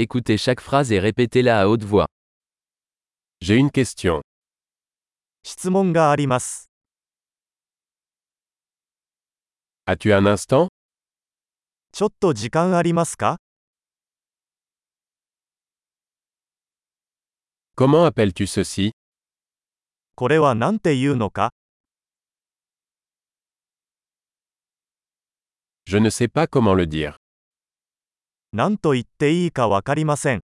Écoutez chaque phrase et répétez-la à haute voix. J'ai une question. 質問があります。 As-tu un instant ちょっと時間ありますか Comment appelles-tu ceci これは何て言うのか Je ne sais pas comment le dire. 何と言っていいかわかりません。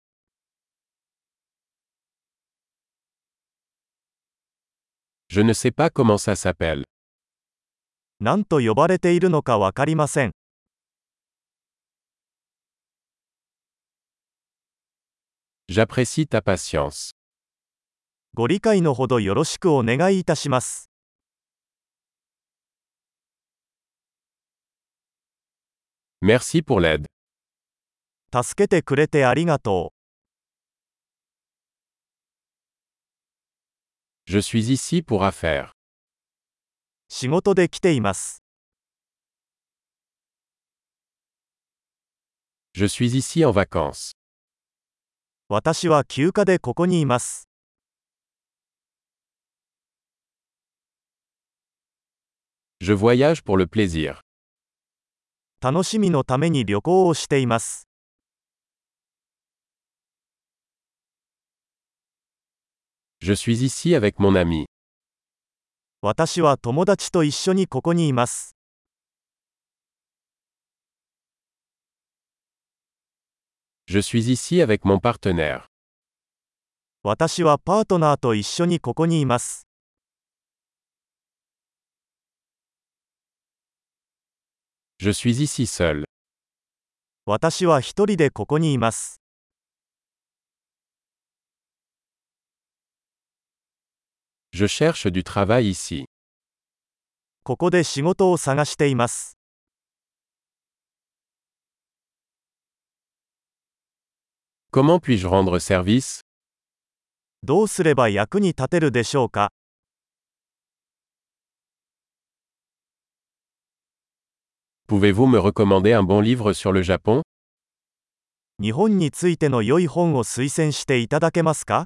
Je ne sais pas comment ça s'appelle. 何と呼ばれているのかわかりません。 J'apprécie ta patience. ご理解のほどよろしくお願いいたします。 Merci pour l'aide. 助けてくれてありがと Je suis ici pour affaires. う。仕事で来ています。 Je suis ici en vacances. 私は休暇でここにいます。 Je voyage pour le plaisir. 楽しみのために旅行をしています。 Je suis ici avec mon ami. 私は友達と一緒にここにいます。 Je suis ici avec mon partenaire. 私はパートナーと一緒にここにいます。 Je suis ici seul. 私は一人でここにいます。 Je cherche du travail ici. ここで仕事を探しています。 Comment puis-je rendre service どうすれば役に立てるでしょうか Pouvez-vous me recommander un bon livre sur le Japon 日本についての良い本を推薦していただけますか